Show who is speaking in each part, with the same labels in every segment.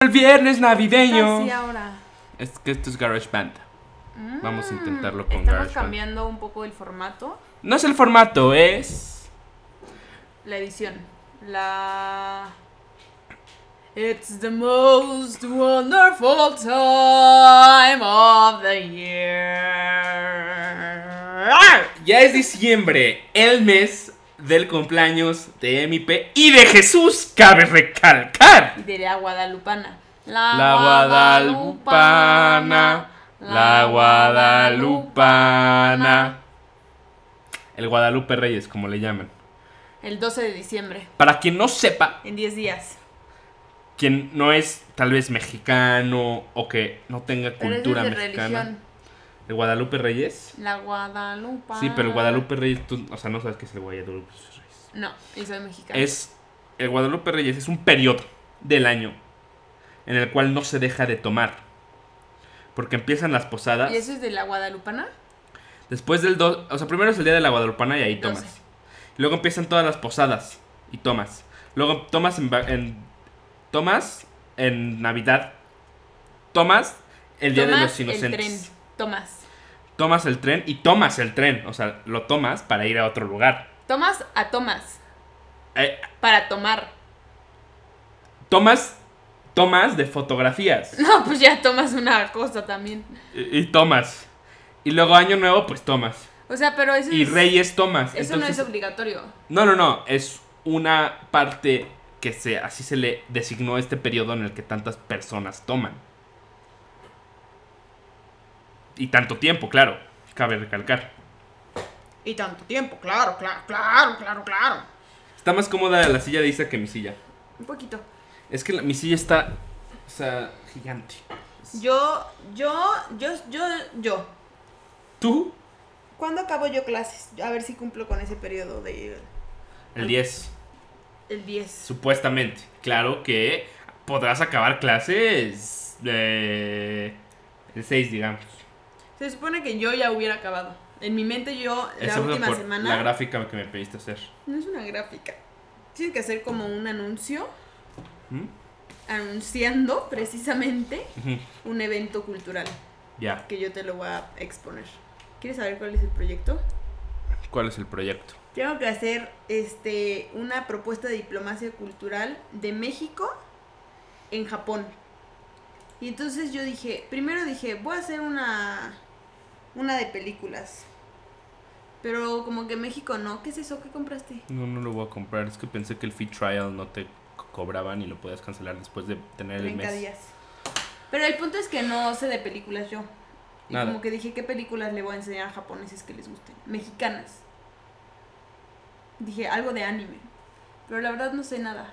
Speaker 1: el viernes navideño.
Speaker 2: Así ahora. Mm.
Speaker 1: Es que esto es Garage Band. Vamos a intentarlo con
Speaker 2: Estamos
Speaker 1: GarageBand.
Speaker 2: cambiando un poco el formato,
Speaker 1: No es el formato, es.
Speaker 2: la edición, la... It's the most wonderful time of the year.
Speaker 1: ¡Ah! Ya es diciembre, el mes del cumpleaños de MP y de Jesús, cabe recalcar.
Speaker 2: Y de la guadalupana. La,
Speaker 1: La guadalupana, la guadalupana. El Guadalupe Reyes, como le llaman.
Speaker 2: El 12 de diciembre,
Speaker 1: Para quien no sepa,
Speaker 2: en 10 días.
Speaker 1: quien no es tal vez mexicano o que no tenga
Speaker 2: Pero ese
Speaker 1: cultura
Speaker 2: es de
Speaker 1: mexicana.
Speaker 2: religión.
Speaker 1: ¿El Guadalupe Reyes?
Speaker 2: La guadalupana.
Speaker 1: Sí, pero el Guadalupe Reyes, tú, o sea, no sabes qué es el Guadalupe Reyes.
Speaker 2: No, y soy mexicana.
Speaker 1: Es, el Guadalupe Reyes es un periodo del año en el cual no se deja de tomar. Porque empiezan las posadas.
Speaker 2: ¿Y eso es de la Guadalupana?
Speaker 1: Después del 2, o sea, primero es el día de la Guadalupana y ahí tomas.
Speaker 2: Doce.
Speaker 1: Luego empiezan todas las posadas y tomas. Luego tomas en, va- en- tomas en Navidad. Tomas el día de los
Speaker 2: el
Speaker 1: inocentes.
Speaker 2: tren. Tomás.
Speaker 1: Tomas el tren y tomas el tren, o sea, lo tomas para ir a otro lugar.
Speaker 2: Tomás a Tomás.
Speaker 1: Eh,
Speaker 2: Para tomar.
Speaker 1: tomas tomas de fotografías
Speaker 2: No, pues ya tomas una cosa también.
Speaker 1: y, y tomas. Y luego año nuevo pues tomas.
Speaker 2: O sea, pero eso
Speaker 1: Y
Speaker 2: es-
Speaker 1: Reyes tomas.
Speaker 2: Eso no es obligatorio.
Speaker 1: No, no, no. Es una parte que se, así se le designó este periodo en el que tantas personas toman. Y tanto tiempo, claro. Cabe recalcar.
Speaker 2: Y tanto tiempo, claro, claro, claro, claro, claro.
Speaker 1: Está más cómoda la silla de Isa que mi silla.
Speaker 2: Un poquito.
Speaker 1: Es que la- mi silla está. O sea, gigante.
Speaker 2: Yo, yo, yo, yo, yo.
Speaker 1: Tú,
Speaker 2: ¿Cuándo acabo yo clases? A ver si cumplo con ese periodo de...
Speaker 1: el 10.
Speaker 2: El 10.
Speaker 1: Supuestamente. Claro que podrás acabar clases. eh, el 6, digamos.
Speaker 2: Se supone que yo ya hubiera acabado. En mi mente yo, la
Speaker 1: Excepto
Speaker 2: última
Speaker 1: por La
Speaker 2: semana...
Speaker 1: gráfica que me pediste hacer.
Speaker 2: No es una gráfica. Tienes que hacer como un anuncio,
Speaker 1: ¿Mm?
Speaker 2: anunciando precisamente
Speaker 1: Ujú.
Speaker 2: un evento cultural
Speaker 1: Ya,
Speaker 2: que yo te lo voy a exponer. ¿Quieres saber cuál es el proyecto?
Speaker 1: ¿cuál es el proyecto?
Speaker 2: Tengo que hacer este una propuesta de diplomacia cultural de México en Japón. Y entonces yo dije, primero dije, voy a hacer una una de películas. Pero como que México no, ¿qué es eso que compraste?
Speaker 1: No, no lo voy a comprar, es que pensé que el fee trial no te co- cobraban y lo podías cancelar después de tener el
Speaker 2: 30
Speaker 1: mes.
Speaker 2: días. Pero el punto es que no sé de películas yo. Y
Speaker 1: Nada.
Speaker 2: como que dije, ¿qué películas le voy a enseñar a japoneses que les gusten? Mexicanas. Dije, algo de anime. Pero la verdad no sé nada.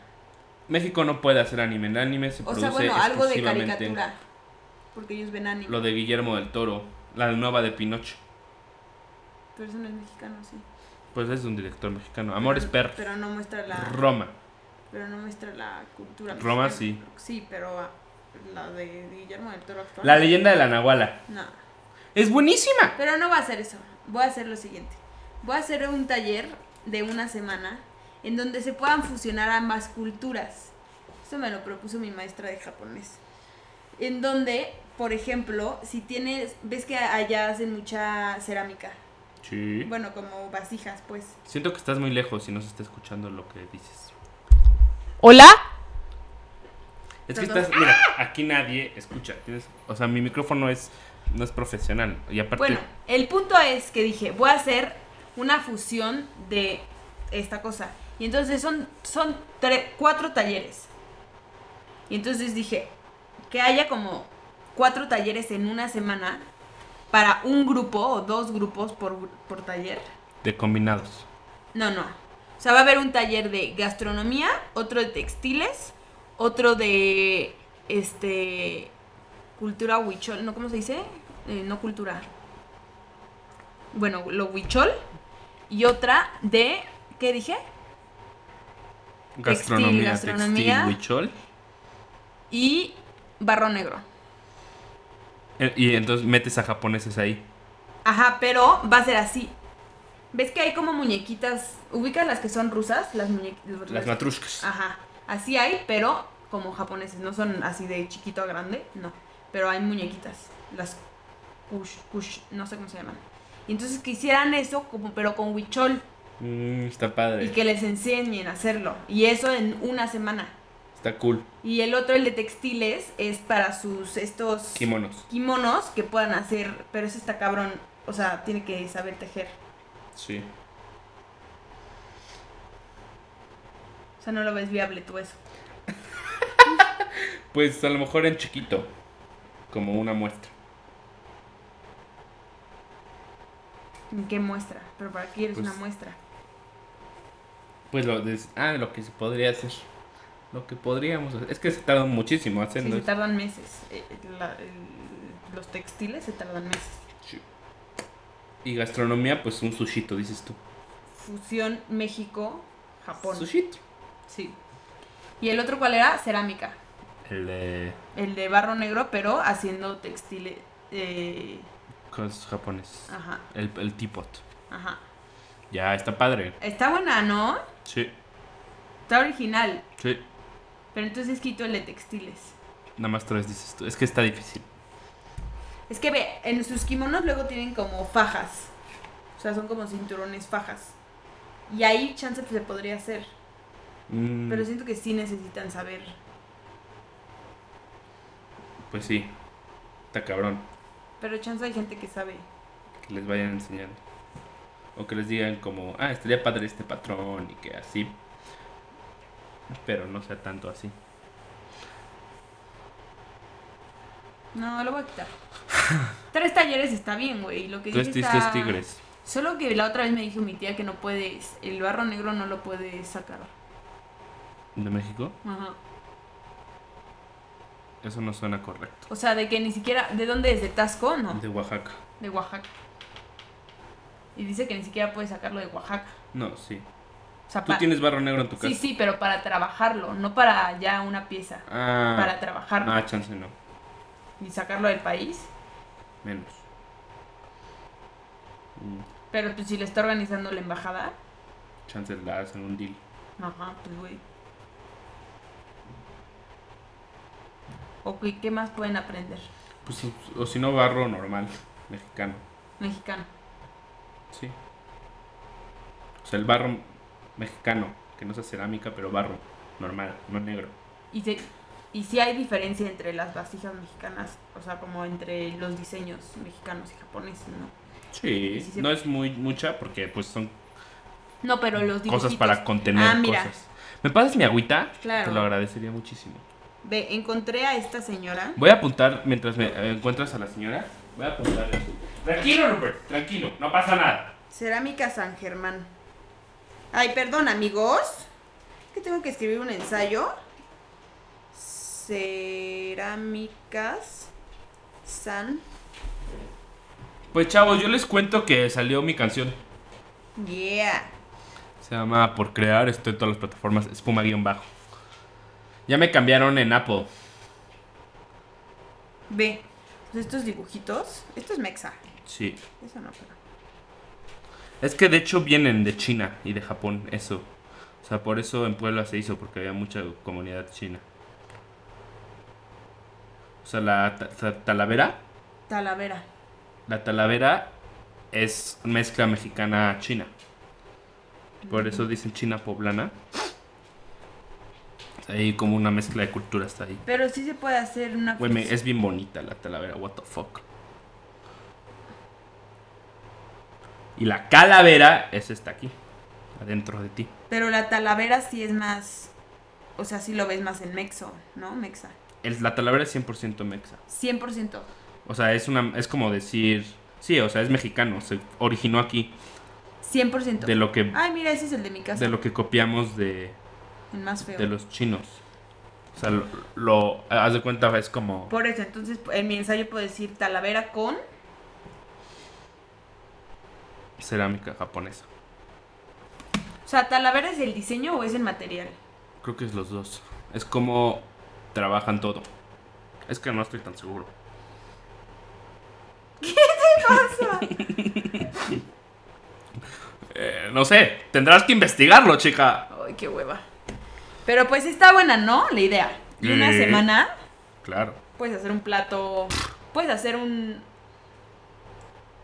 Speaker 1: México no puede hacer anime, el anime se
Speaker 2: O
Speaker 1: produce
Speaker 2: sea, bueno, algo de
Speaker 1: exclusivamente en
Speaker 2: caricatura. Porque ellos ven anime.
Speaker 1: Lo de Guillermo del Toro, la nueva de Pinocho.
Speaker 2: Pero eso no es mexicano, sí.
Speaker 1: Pues es de un director mexicano. Amores
Speaker 2: pero,
Speaker 1: Perros.
Speaker 2: pero no muestra la
Speaker 1: Roma.
Speaker 2: Pero no muestra la cultura
Speaker 1: Roma,
Speaker 2: mexicana. Sí, pero ah, la de Guillermo del Toro actual.
Speaker 1: La leyenda de la Nahuala.
Speaker 2: No.
Speaker 1: ¡Es buenísima!
Speaker 2: Pero no voy a hacer eso. Voy a hacer lo siguiente. Voy a hacer un taller de una semana en donde se puedan fusionar ambas culturas. Eso me lo propuso mi maestra de japonés. En donde, por ejemplo, si tienes, ves que allá hacen mucha cerámica.
Speaker 1: Sí.
Speaker 2: Bueno, como vasijas, pues.
Speaker 1: Siento que estás muy lejos y no se está escuchando lo que dices.
Speaker 2: Hola.
Speaker 1: Es que
Speaker 2: Perdón.
Speaker 1: estás, mira, aquí nadie escucha. tienes- o sea, mi micrófono es no es profesional y aparte
Speaker 2: Bueno, el punto es que dije, voy a hacer una fusión de esta cosa. Y entonces son, son tre- cuatro talleres. Y entonces dije, que haya como cuatro talleres en una semana para un grupo o dos grupos por, gru- por taller.
Speaker 1: de combinados.
Speaker 2: No, no. O sea, va a haber un taller de gastronomía, otro de textiles, otro de este cultura huichol, ¿no cómo se dice? Eh, no cultura. Bueno, lo huichol y otra de ¿qué dije?
Speaker 1: Gastronomía,
Speaker 2: gastronomía.
Speaker 1: textil, huichol.
Speaker 2: Y barro negro.
Speaker 1: Eh, Y entonces metes a japoneses ahí.
Speaker 2: Ajá, pero va a ser así. ¿Ves que hay como muñequitas? ¿Ubicas las que son rusas? Las muñequitas.
Speaker 1: Las matrushkas.
Speaker 2: Ajá, así hay, pero como japoneses, no son así de chiquito a grande, no. Pero hay muñequitas, las kush, kush, no sé cómo se llaman. Y entonces que hicieran eso, como, pero con huichol,
Speaker 1: Mm, está padre.
Speaker 2: y que les enseñen a hacerlo. Y eso en una semana.
Speaker 1: Está cool.
Speaker 2: Y el otro, el de textiles, es para sus estos
Speaker 1: Kimonos.
Speaker 2: kimonos que puedan hacer, pero ese está cabrón, o sea, tiene que saber tejer.
Speaker 1: Sí.
Speaker 2: O sea, no lo ves viable tú eso.
Speaker 1: Pues a lo mejor en chiquito. Como una muestra.
Speaker 2: ¿En qué muestra? Pero para qué eres
Speaker 1: Pues-
Speaker 2: una muestra.
Speaker 1: Pues lo de, ah, lo que se podría hacer. Lo que podríamos hacer. Es que se tardan muchísimo
Speaker 2: Sí,
Speaker 1: haciendo
Speaker 2: se
Speaker 1: esto.
Speaker 2: tardan meses. Eh, eh, la- el- los textiles se tardan meses.
Speaker 1: Sí. Y gastronomía, pues un sushito, dices tú.
Speaker 2: Fusión México-Japón.
Speaker 1: Sushito.
Speaker 2: Sí. ¿Y el otro cuál era? Cerámica.
Speaker 1: El de
Speaker 2: El de barro negro, pero haciendo textiles. eh,
Speaker 1: cosas japonés.
Speaker 2: ajá,
Speaker 1: El, el teapot.
Speaker 2: ajá.
Speaker 1: Ya está padre.
Speaker 2: Está buena, ¿no?
Speaker 1: Sí,
Speaker 2: Está original.
Speaker 1: sí.
Speaker 2: Pero entonces quito el de textiles.
Speaker 1: Nada más tres dices tú. Es que está difícil.
Speaker 2: Es que ve, en sus kimonos luego tienen como fajas. O sea, son como cinturones fajas. Y ahí chance pues, se podría hacer.
Speaker 1: Mm,
Speaker 2: Pero siento que sí necesitan saber.
Speaker 1: Pues sí. Está cabrón.
Speaker 2: Pero chance hay gente que sabe.
Speaker 1: Que les vayan enseñando. O que les digan como, ah, estaría padre este patrón y que así. Pero no sea tanto así.
Speaker 2: No, lo voy a quitar. Tres talleres está bien, güey. Lo que
Speaker 1: Tres
Speaker 2: dije
Speaker 1: tristes
Speaker 2: está-
Speaker 1: tigres.
Speaker 2: Solo que la otra vez me dijo mi tía que no puedes, el barro negro no lo puedes sacar.
Speaker 1: ¿De México?
Speaker 2: Ajá.
Speaker 1: Eso no suena correcto.
Speaker 2: O sea, de que ni siquiera, ¿de dónde es? ¿De Tasco? No,
Speaker 1: De Oaxaca.
Speaker 2: de Oaxaca. Y dice que ni siquiera puedes sacarlo de Oaxaca.
Speaker 1: No, sí.
Speaker 2: O sea,
Speaker 1: Tú
Speaker 2: pa-
Speaker 1: tienes barro negro en tu casa.
Speaker 2: Sí, sí, pero para trabajarlo, no para ya una pieza.
Speaker 1: Ah,
Speaker 2: Para trabajarlo
Speaker 1: ah, chance no.
Speaker 2: y sacarlo del país.
Speaker 1: Menos. Mm,
Speaker 2: Pero pues si le está organizando la embajada,
Speaker 1: Chance la hacen un deal.
Speaker 2: ajá, pues güey. Ok, ¿qué más pueden aprender?
Speaker 1: Pues, o- o si no, barro normal, mexicano.
Speaker 2: Mexicano.
Speaker 1: Sí. O sea, el barro mexicano, que no sea cerámica, pero barro normal, no negro.
Speaker 2: Y, se- y si hay diferencia entre las vasijas mexicanas, o sea, como entre los diseños mexicanos y japoneses, ¿no?
Speaker 1: Sí,
Speaker 2: Sí, sí.
Speaker 1: no es muy mucha porque pues son
Speaker 2: No, pero los dibujitos...
Speaker 1: cosas para contener
Speaker 2: Ah, mira.
Speaker 1: cosas. ¿Me pasas mi agüita?
Speaker 2: Claro.
Speaker 1: Te lo agradecería muchísimo.
Speaker 2: Ve, encontré a esta señora.
Speaker 1: Voy a apuntar mientras me eh, encuentras a la señora. Voy a apuntar. Tranquilo, Rupert, tranquilo, no pasa nada.
Speaker 2: Cerámica San Germán. Ay, perdón, amigos. Que tengo que escribir un ensayo. Cerámicas San.
Speaker 1: Pues chavos, yo les cuento que salió mi canción.
Speaker 2: Yeah.
Speaker 1: Se llama Por Crear, estoy en todas las plataformas, espuma guión bajo. Ya me cambiaron en Apple.
Speaker 2: Ve. pues estos dibujitos. Esto es mexa.
Speaker 1: Sí.
Speaker 2: Eso no, pero.
Speaker 1: Es que de hecho vienen de China y de Japón, eso. O sea, por eso en Puebla se hizo, porque había mucha comunidad china. O sea, la ta- ta- talavera,
Speaker 2: Talavera.
Speaker 1: la talavera es mezcla mexicana-china. Por eso dicen China poblana. Hay como una mezcla de culturas está ahí.
Speaker 2: Pero sí se puede hacer una.
Speaker 1: Güey, me-
Speaker 2: fusión.
Speaker 1: es bien bonita la talavera, what the fuck. Y la calavera es esta aquí, adentro de ti.
Speaker 2: Pero la talavera sí es más. O sea, sí lo ves más en mexo, ¿no? Mexa.
Speaker 1: Es- la talavera es 100% mexa.
Speaker 2: 100%.
Speaker 1: O sea, es, una, es como decir... Sí, o sea, es mexicano, se originó aquí.
Speaker 2: 100%.
Speaker 1: De lo que,
Speaker 2: Ay, mira, ese es el de mi casa.
Speaker 1: de lo que copiamos de,
Speaker 2: El más feo.
Speaker 1: de los chinos. O sea, lo, lo- Haz de cuenta, es como...
Speaker 2: Por eso, entonces en mi ensayo puedo decir talavera con.
Speaker 1: Cerámica japonesa.
Speaker 2: O sea, talavera es el diseño o es el material.
Speaker 1: Creo que es los dos. Es como trabajan todo. Es que no estoy tan seguro. ¿Qué te pasa? Eh, no sé, tendrás que investigarlo, chica.
Speaker 2: Ay, qué hueva. Pero pues está buena, ¿no? La idea. Y una
Speaker 1: Sí.
Speaker 2: semana
Speaker 1: Claro.
Speaker 2: puedes hacer un plato. Puedes hacer un.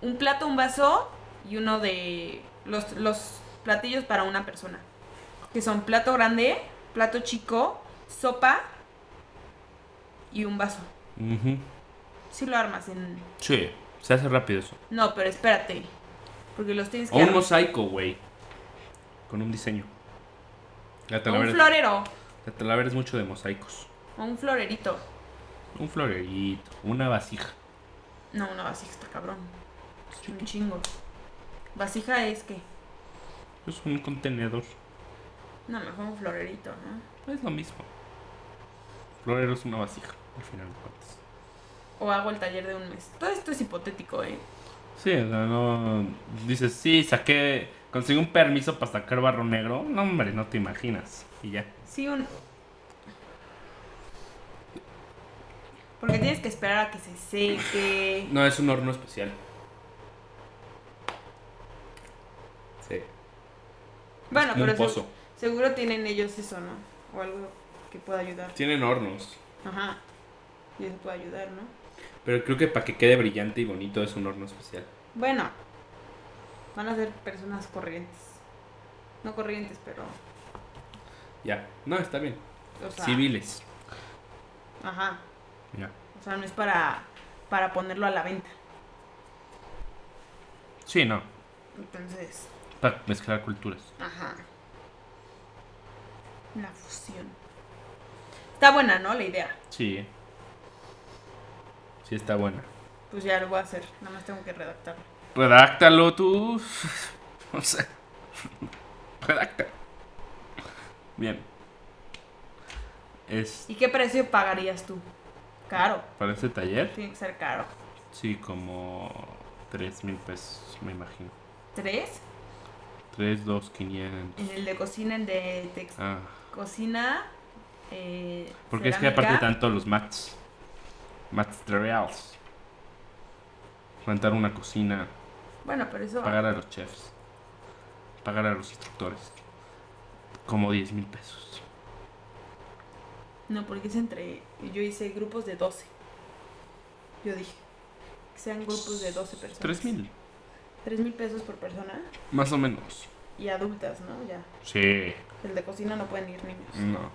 Speaker 2: Un plato, un vaso y uno de. Los, los platillos para una persona. Que son plato grande, plato chico, sopa y un vaso.
Speaker 1: Ujú.
Speaker 2: Si lo armas en.
Speaker 1: Sí, se hace rápido eso.
Speaker 2: No, pero espérate. Porque los tienes
Speaker 1: O
Speaker 2: que.
Speaker 1: un
Speaker 2: armar.
Speaker 1: mosaico, güey. Con un diseño. La
Speaker 2: O un
Speaker 1: talavera,
Speaker 2: florero.
Speaker 1: la talavera es mucho de mosaicos.
Speaker 2: O un florerito.
Speaker 1: Un florerito, una vasija.
Speaker 2: No, una vasija está cabrón. Es un chingo. Vasija es que.
Speaker 1: Es un contenedor.
Speaker 2: No, mejor un florerito, ¿no?
Speaker 1: Es lo mismo. Florero es una vasija, al final de cuentas.
Speaker 2: O hago el taller de un mes. Todo esto es hipotético, ¿eh?
Speaker 1: Sí, o sea, no. Dices, sí, saqué. Conseguí un permiso para sacar barro negro. No, hombre, no te imaginas. Y ya.
Speaker 2: Sí, un. Porque tienes que esperar a que se seque.
Speaker 1: No, es un horno especial. Sí.
Speaker 2: Bueno,
Speaker 1: un
Speaker 2: pero se-
Speaker 1: pozo.
Speaker 2: seguro tienen ellos eso, ¿no? O algo que pueda ayudar.
Speaker 1: Tienen hornos.
Speaker 2: Ajá. Y eso puede ayudar, ¿no?
Speaker 1: Pero creo que para que quede brillante y bonito es un horno especial.
Speaker 2: Bueno, van a ser personas corrientes. No corrientes, pero.
Speaker 1: Ya. No, está bien.
Speaker 2: O sea,
Speaker 1: Civiles.
Speaker 2: Ajá.
Speaker 1: Ya.
Speaker 2: O sea, no es para, para ponerlo a la venta.
Speaker 1: Sí, no.
Speaker 2: Entonces,
Speaker 1: Para mezclar culturas.
Speaker 2: ajá. Una fusión. Está buena, ¿no? La idea.
Speaker 1: Sí. eh. Sí, está buena.
Speaker 2: Pues ya lo voy a hacer. Nada más tengo que redactarlo.
Speaker 1: Redáctalo tú. O sea, redacta. Bien. Es
Speaker 2: ¿Y qué precio pagarías tú? Caro.
Speaker 1: para este taller.
Speaker 2: Tiene que ser caro.
Speaker 1: Sí, como tres mil pesos, me imagino.
Speaker 2: ¿Tres?
Speaker 1: Tres, dos, quinientos.
Speaker 2: En el de cocina, el de tex-
Speaker 1: Ah,
Speaker 2: cocina. eh,
Speaker 1: porque es que
Speaker 2: cerámica.
Speaker 1: aparte tanto los mats, materials, rentar una cocina,
Speaker 2: Bueno, pero eso.
Speaker 1: pagar a los chefs, pagar a los instructores, como diez mil pesos.
Speaker 2: No, porque es entre. Yo hice grupos de 12. Yo dije. Que sean grupos de 12 personas.
Speaker 1: Tres mil,
Speaker 2: Tres mil pesos por persona.
Speaker 1: más o menos.
Speaker 2: Y adultas, ¿no? Ya.
Speaker 1: Sí,
Speaker 2: El de cocina no pueden ir niños.
Speaker 1: no,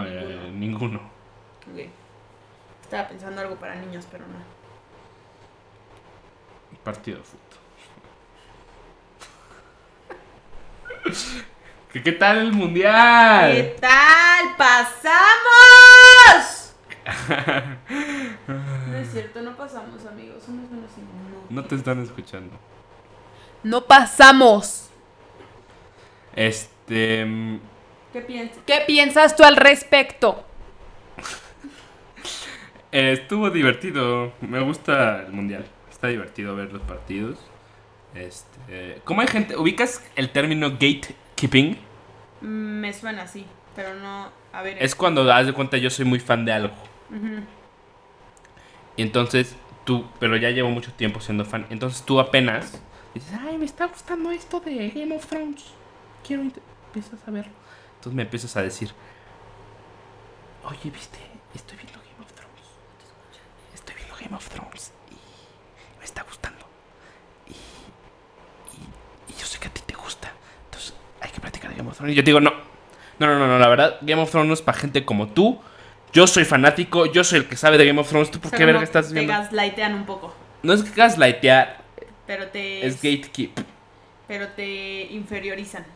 Speaker 1: no, eh, ninguno.
Speaker 2: Ok. Estaba pensando algo para niños, pero no.
Speaker 1: Partido de fútbol. ¿Qué qué tal el mundial?
Speaker 2: ¿Qué tal? ¡Pasamos! No es cierto, no pasamos, amigos. Somos unos inútiles.
Speaker 1: No te están escuchando.
Speaker 2: ¡No pasamos!
Speaker 1: Este. mm,
Speaker 2: ¿Qué piensas? ¿Qué piensas tú al respecto?
Speaker 1: eh, estuvo divertido. Me gusta el mundial. Está divertido ver los partidos. Este. eh, ¿Cómo hay gente. ¿Ubicas el término gatekeeping?
Speaker 2: Mm, Me suena así, pero no. A ver. eh,
Speaker 1: Es cuando das de cuenta yo soy muy fan de algo.
Speaker 2: Ujú.
Speaker 1: Y entonces tú, pero ya llevo mucho tiempo siendo fan. Entonces tú apenas dices, ay, me está gustando esto de Game of Thrones. Quiero int- empiezas a verlo. Entonces me empiezas a decir, oye, viste, estoy viendo Game of Thrones. Estoy viendo Game of Thrones y me está gustando. Y, y- y yo sé que a ti te gusta. Entonces hay que platicar de Game of Thrones. Y yo te digo, no, no, no, no, no, la verdad, Game of Thrones no es para gente como tú. Yo soy fanático, yo soy el que sabe de Game of Thrones. ¿Tú
Speaker 2: O
Speaker 1: por
Speaker 2: sea,
Speaker 1: qué
Speaker 2: como
Speaker 1: verga estás
Speaker 2: te
Speaker 1: viendo?
Speaker 2: gaslightean un poco,
Speaker 1: No es gaslightear,
Speaker 2: pero te,
Speaker 1: es gatekeep.
Speaker 2: pero te inferiorizan.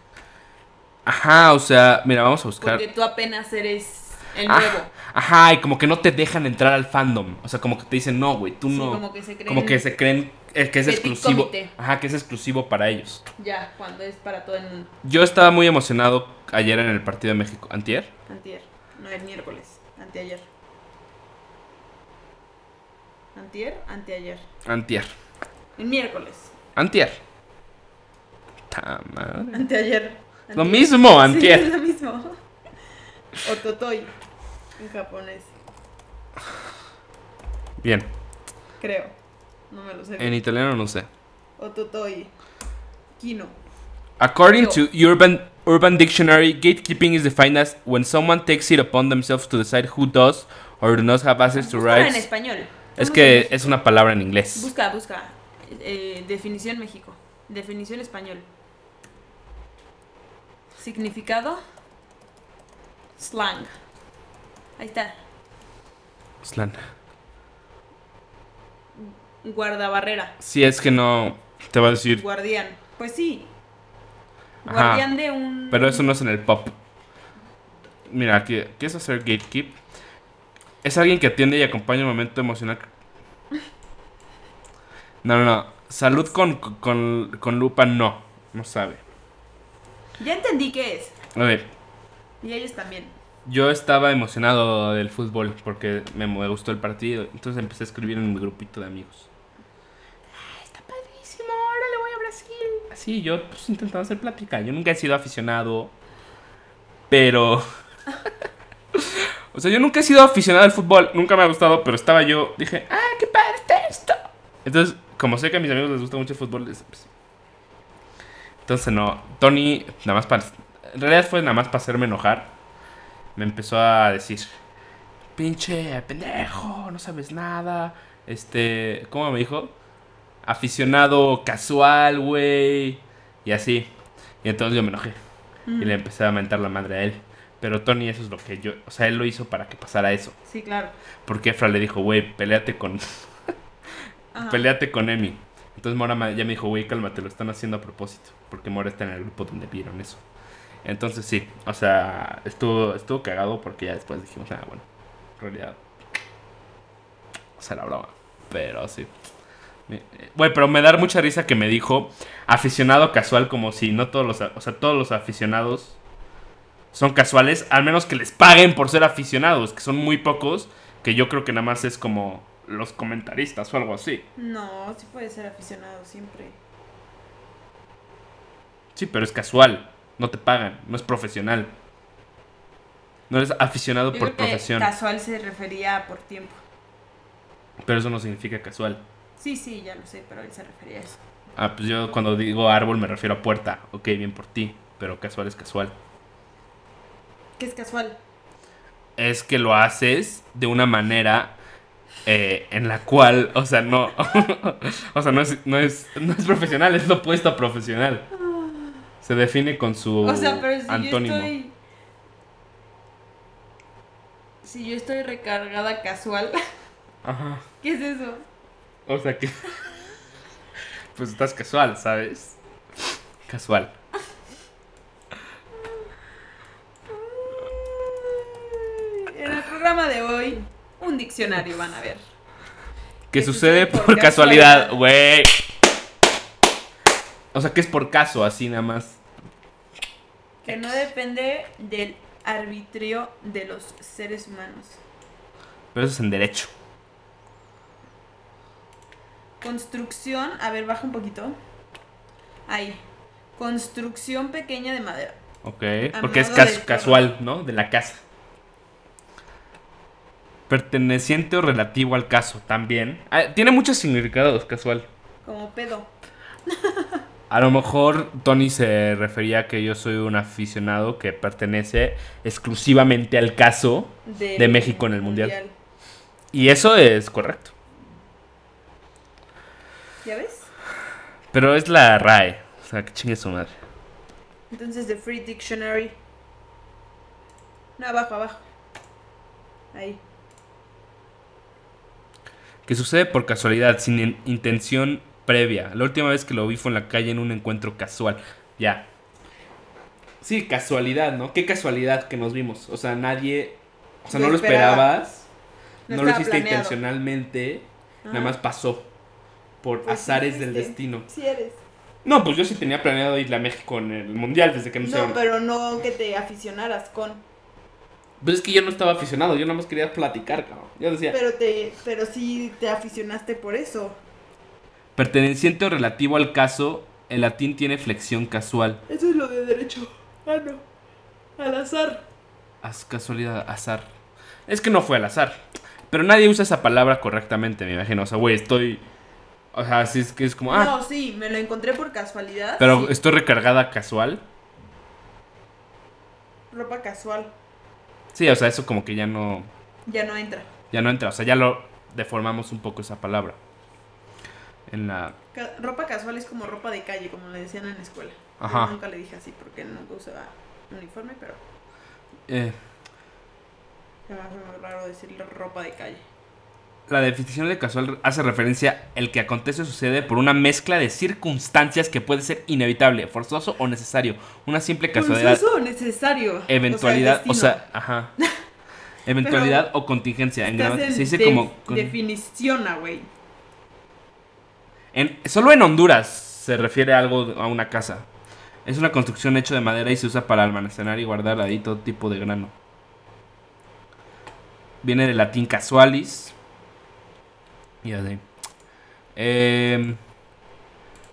Speaker 1: Ajá, o sea, mira, vamos a buscar.
Speaker 2: Porque tú apenas eres el
Speaker 1: Ah,
Speaker 2: nuevo.
Speaker 1: Ajá, y como que no te dejan entrar al fandom. O sea, como que te dicen, no, güey, tú
Speaker 2: Sí,
Speaker 1: no.
Speaker 2: como que se creen.
Speaker 1: Como que se creen eh, que es
Speaker 2: Petit
Speaker 1: exclusivo.
Speaker 2: comité.
Speaker 1: Ajá, que es exclusivo para ellos.
Speaker 2: Ya, cuando es para todo el mundo.
Speaker 1: Yo estaba muy emocionado ayer en el partido de México. ¿Antier?
Speaker 2: Antier. No, el miércoles. Anteayer. Antier, anteayer.
Speaker 1: Antier.
Speaker 2: El miércoles.
Speaker 1: Antier. Ta madre.
Speaker 2: Anteayer.
Speaker 1: Lo
Speaker 2: Antier.
Speaker 1: mismo,
Speaker 2: Sí,
Speaker 1: Antier.
Speaker 2: es lo mismo. Ototoi. En japonés.
Speaker 1: Bien,
Speaker 2: Creo. No me lo sé.
Speaker 1: en italiano no sé.
Speaker 2: Ototoi. Kino.
Speaker 1: According
Speaker 2: Yo.
Speaker 1: to Urban Urban Dictionary, gatekeeping is defined as when someone takes it upon themselves to decide who does or does not have access to
Speaker 2: Búscala en este
Speaker 1: rights.
Speaker 2: español.
Speaker 1: Es
Speaker 2: Vamos
Speaker 1: que
Speaker 2: a-
Speaker 1: es una palabra en inglés.
Speaker 2: Busca, busca. Eh, definición México. Definición español. Significado. Slang. Ahí está.
Speaker 1: Slan.
Speaker 2: Guardabarrera.
Speaker 1: Si es que no te va a decir,
Speaker 2: Guardián. Pues sí.
Speaker 1: Ajá.
Speaker 2: Guardián de un.
Speaker 1: pero eso no es en el pop. Mira, ¿qué, qué es hacer gatekeep? Es alguien que atiende y acompaña un momento emocional. No, no, no. Salud con, con, con lupa, no. No sabe.
Speaker 2: Ya entendí qué es.
Speaker 1: A ver,
Speaker 2: Y ellos también.
Speaker 1: Yo estaba emocionado del fútbol porque me, me gustó el partido. Entonces empecé a escribir en mi grupito de amigos. "Ah, Está padrísimo, ahora le voy a Brasil. Así yo pues, intentaba hacer plática. Yo nunca he sido aficionado. Pero. o sea, yo nunca he sido aficionado al fútbol. Nunca me ha gustado, pero estaba yo. Dije, ¡ah, qué padre está esto! Entonces, como sé que a mis amigos les gusta mucho el fútbol, les- pues, entonces no. Tony, nada más para. En realidad fue nada más para hacerme enojar me empezó a decir, pinche pendejo, no sabes nada, este, ¿cómo me dijo? Aficionado casual, güey, y así. Y entonces yo me enojé y le empecé a mentar la madre a él. Pero Tony, eso es lo que yo, o sea, él lo hizo para que pasara eso.
Speaker 2: Sí, claro.
Speaker 1: Porque Efra le dijo, güey, peleate con,
Speaker 2: Ajá.
Speaker 1: peleate con Emi. Entonces Mora ma- ya me dijo, güey, cálmate, lo están haciendo a propósito. Porque Mora está en el grupo donde vieron eso. Entonces sí, o sea, estuvo, estuvo cagado porque ya después dijimos, ah, bueno, en realidad. O sea, la broma. Pero sí. Me- eh, Güey, pero me da mucha risa que me dijo aficionado casual, como si no todos los, a- o sea, todos los aficionados son casuales, al menos que les paguen por ser aficionados, que son muy pocos, que yo creo que nada más es como los comentaristas o algo así.
Speaker 2: No, sí puede ser aficionado siempre.
Speaker 1: Sí, pero es casual. No te pagan. No es profesional. No eres aficionado
Speaker 2: Yo
Speaker 1: por
Speaker 2: creo que
Speaker 1: profesión.
Speaker 2: casual se refería a por tiempo.
Speaker 1: Pero eso no significa casual.
Speaker 2: Sí, sí, ya lo sé, pero él se refería a eso.
Speaker 1: Ah, pues yo cuando digo árbol me refiero a puerta. Ok, bien por ti. Pero casual es casual.
Speaker 2: ¿Qué es casual?
Speaker 1: Es que lo haces de una manera eh, en la cual, o sea, no. o sea, no es, no, es, no es profesional, es lo opuesto a profesional. Se define con su
Speaker 2: O sea, pero si
Speaker 1: antónimo.
Speaker 2: yo estoy. Si yo estoy recargada casual,
Speaker 1: Ajá.
Speaker 2: ¿qué es eso?
Speaker 1: O sea que. Pues estás casual, ¿sabes? Casual.
Speaker 2: En el programa de hoy, un diccionario van a ver.
Speaker 1: Que sucede por casualidad, güey. O sea que es por caso, así nada más.
Speaker 2: Que no depende del arbitrio de los seres humanos.
Speaker 1: Pero eso es en derecho.
Speaker 2: Construcción, a ver, baja un poquito. Ahí. Construcción pequeña de madera.
Speaker 1: Ok.
Speaker 2: A
Speaker 1: Porque es
Speaker 2: modo de
Speaker 1: cas-
Speaker 2: todo.
Speaker 1: casual, ¿no? De la casa. Perteneciente o relativo al caso, también. Ah, tiene muchos significados, casual.
Speaker 2: Como pedo.
Speaker 1: A lo mejor Tony se refería a que yo soy un aficionado que pertenece exclusivamente al caso.
Speaker 2: del
Speaker 1: De México en el Mundial. Y eso es correcto.
Speaker 2: ¿Ya ves?
Speaker 1: Pero es la RAE. O sea, que chingue su madre.
Speaker 2: Entonces, The Free Dictionary. No, abajo, abajo. Ahí.
Speaker 1: que sucede por casualidad, sin in- intención previa. La última vez que lo vi fue en la calle en un encuentro casual. Ya. Sí, casualidad, ¿no? Qué casualidad que nos vimos. O sea, nadie. O sea,
Speaker 2: Lo
Speaker 1: no lo
Speaker 2: esperaba.
Speaker 1: esperabas.
Speaker 2: No
Speaker 1: No, lo
Speaker 2: estaba
Speaker 1: hiciste
Speaker 2: planeado.
Speaker 1: intencionalmente. Nada
Speaker 2: Ajá.
Speaker 1: más pasó. Por
Speaker 2: Pues sí
Speaker 1: azares del
Speaker 2: fuiste.
Speaker 1: destino.
Speaker 2: Sí eres.
Speaker 1: No, pues yo sí tenía planeado ir a México en el mundial desde que no, se
Speaker 2: No, pero no que te aficionaras con.
Speaker 1: Pues es que yo no estaba aficionado, yo nada más quería platicar, cabrón. Yo decía.
Speaker 2: Pero te, pero sí te aficionaste por eso.
Speaker 1: Perteneciente o relativo al caso, el latín tiene flexión casual.
Speaker 2: Eso es lo de derecho. Ah, no. Al azar.
Speaker 1: As- casualidad, azar. Es que no fue al azar. Pero nadie usa esa palabra correctamente, me imagino. O sea, güey, estoy. O sea, así es que es como. Ah,
Speaker 2: No, sí, me lo encontré por casualidad.
Speaker 1: pero
Speaker 2: sí.
Speaker 1: estoy recargada casual.
Speaker 2: ropa casual.
Speaker 1: Sí, o sea, eso como que ya no,
Speaker 2: Ya no entra.
Speaker 1: ya no entra. O sea, ya lo deformamos un poco esa palabra. En la...
Speaker 2: Ca- ropa casual es como ropa de calle, como le decían en la escuela. Yo
Speaker 1: Ajá.
Speaker 2: nunca le dije así porque nunca usaba uniforme, pero
Speaker 1: eh,
Speaker 2: se me hace muy raro decirle ropa de calle.
Speaker 1: La definición de casual hace referencia el que acontece o sucede por una mezcla de circunstancias que puede ser inevitable, forzoso o necesario. Una simple casualidad,
Speaker 2: Forzoso o necesario.
Speaker 1: eventualidad, o
Speaker 2: destino.
Speaker 1: sea, ajá. Eventualidad o contingencia. En
Speaker 2: Estás
Speaker 1: grama-
Speaker 2: en
Speaker 1: se dice
Speaker 2: de-
Speaker 1: como con-
Speaker 2: definición, ah, güey.
Speaker 1: en- solo en Honduras se refiere a algo a una casa. Es una construcción hecha de madera y se usa para almacenar y guardar ahí todo tipo de grano. Viene del latín casualis. Y así. Em,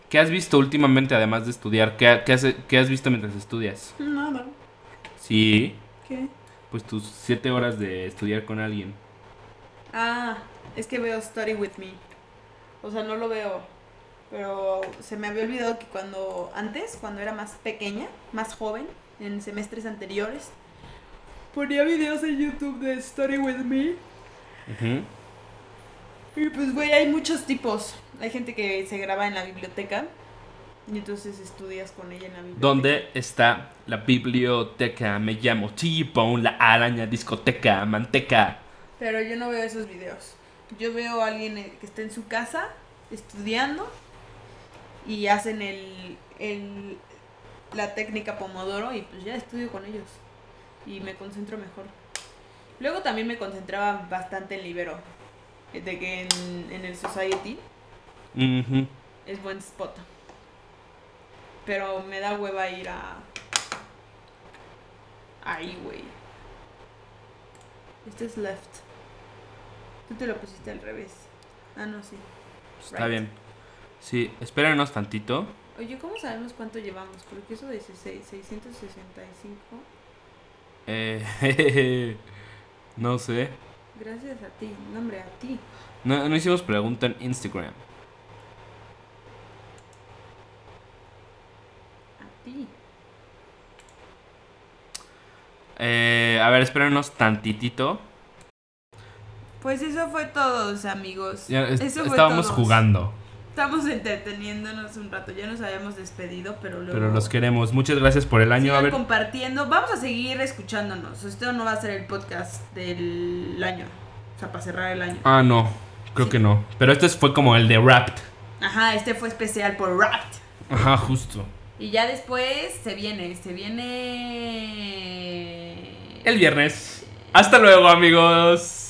Speaker 1: ¿Qué has visto últimamente además de estudiar? ¿Qué, ha- qué has, qué has visto mientras estudias?
Speaker 2: Nada.
Speaker 1: Sí,
Speaker 2: ¿Qué?
Speaker 1: pues tus siete horas de estudiar con alguien.
Speaker 2: Ah, es que veo Story With Me. O sea, no lo veo. Pero se me había olvidado que cuando antes, cuando era más pequeña, más joven, en semestres anteriores, ponía videos en YouTube de Story With Me.
Speaker 1: Ujú.
Speaker 2: Y pues, güey, hay muchos tipos. Hay gente que se graba en la biblioteca y entonces estudias con ella en la biblioteca.
Speaker 1: ¿Dónde está la biblioteca? Me llamo T-Bone, la araña, discoteca, manteca.
Speaker 2: Pero yo no veo esos videos. Yo veo a alguien eh, que está en su casa estudiando y hacen el, el- la técnica Pomodoro y pues ya estudio con ellos y me concentro mejor. Luego también me concentraba bastante en Libero, eh, de que en, en el Society
Speaker 1: Ujú.
Speaker 2: es buen spot. Pero me da hueva ir a... Ahí, güey. Este es left. Tú te lo pusiste al revés. Ah, no, sí.
Speaker 1: Está
Speaker 2: Right.
Speaker 1: bien. Sí, espérenos tantito.
Speaker 2: Oye, ¿cómo sabemos cuánto llevamos? Porque eso de 16, 665.
Speaker 1: Eh, no sé.
Speaker 2: Gracias a ti. No, hombre, a ti.
Speaker 1: No, no hicimos pregunta en Instagram.
Speaker 2: A ti.
Speaker 1: Eh, a ver, espérenos tantitito.
Speaker 2: Pues eso fue todos, amigos.
Speaker 1: Ya es-
Speaker 2: eso fue
Speaker 1: estábamos
Speaker 2: todos.
Speaker 1: jugando,
Speaker 2: Estamos entreteniéndonos un rato. Ya nos habíamos despedido, pero luego...
Speaker 1: pero los queremos. Muchas gracias por el año. A
Speaker 2: Sigan
Speaker 1: ver,
Speaker 2: compartiendo. Vamos a seguir escuchándonos. Esto no va a ser el podcast del año. O sea, para cerrar el año.
Speaker 1: ah, no, creo
Speaker 2: Sí.
Speaker 1: que no. Pero este fue como el de Wrapped.
Speaker 2: Ajá, este fue especial por Rapt.
Speaker 1: Ajá, justo.
Speaker 2: Y ya después se viene, se viene...
Speaker 1: El viernes. Hasta luego, amigos.